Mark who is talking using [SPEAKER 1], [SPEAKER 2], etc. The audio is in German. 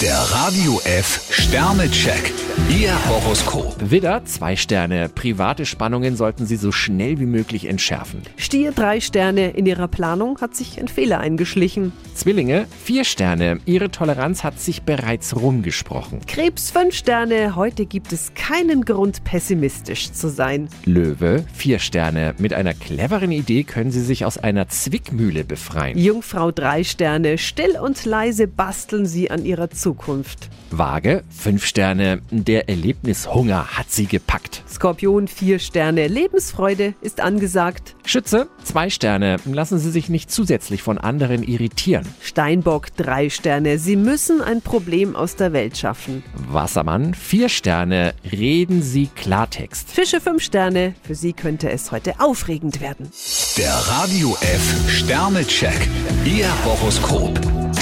[SPEAKER 1] Der Radio F Sternecheck. Ihr Horoskop.
[SPEAKER 2] Widder, zwei Sterne. Private Spannungen sollten Sie so schnell wie möglich entschärfen.
[SPEAKER 3] Stier drei Sterne. In ihrer Planung hat sich ein Fehler eingeschlichen.
[SPEAKER 2] Zwillinge, vier Sterne. Ihre Toleranz hat sich bereits rumgesprochen.
[SPEAKER 3] Krebs fünf Sterne. Heute gibt es keinen Grund, pessimistisch zu sein.
[SPEAKER 2] Löwe, vier Sterne. Mit einer cleveren Idee können Sie sich aus einer Zwickmühle befreien.
[SPEAKER 3] Jungfrau drei Sterne. Still und leise basteln sie an ihrer Zukunft.
[SPEAKER 2] Waage, fünf Sterne. Der Erlebnishunger hat Sie gepackt.
[SPEAKER 3] Skorpion vier Sterne. Lebensfreude ist angesagt.
[SPEAKER 2] Schütze, zwei Sterne. Lassen Sie sich nicht zusätzlich von anderen irritieren.
[SPEAKER 3] Steinbock drei Sterne. Sie müssen ein Problem aus der Welt schaffen.
[SPEAKER 2] Wassermann, vier Sterne. Reden Sie Klartext.
[SPEAKER 3] Fische fünf Sterne. Für sie könnte es heute aufregend werden.
[SPEAKER 1] Der Radio F Sternecheck. Ihr Horoskop.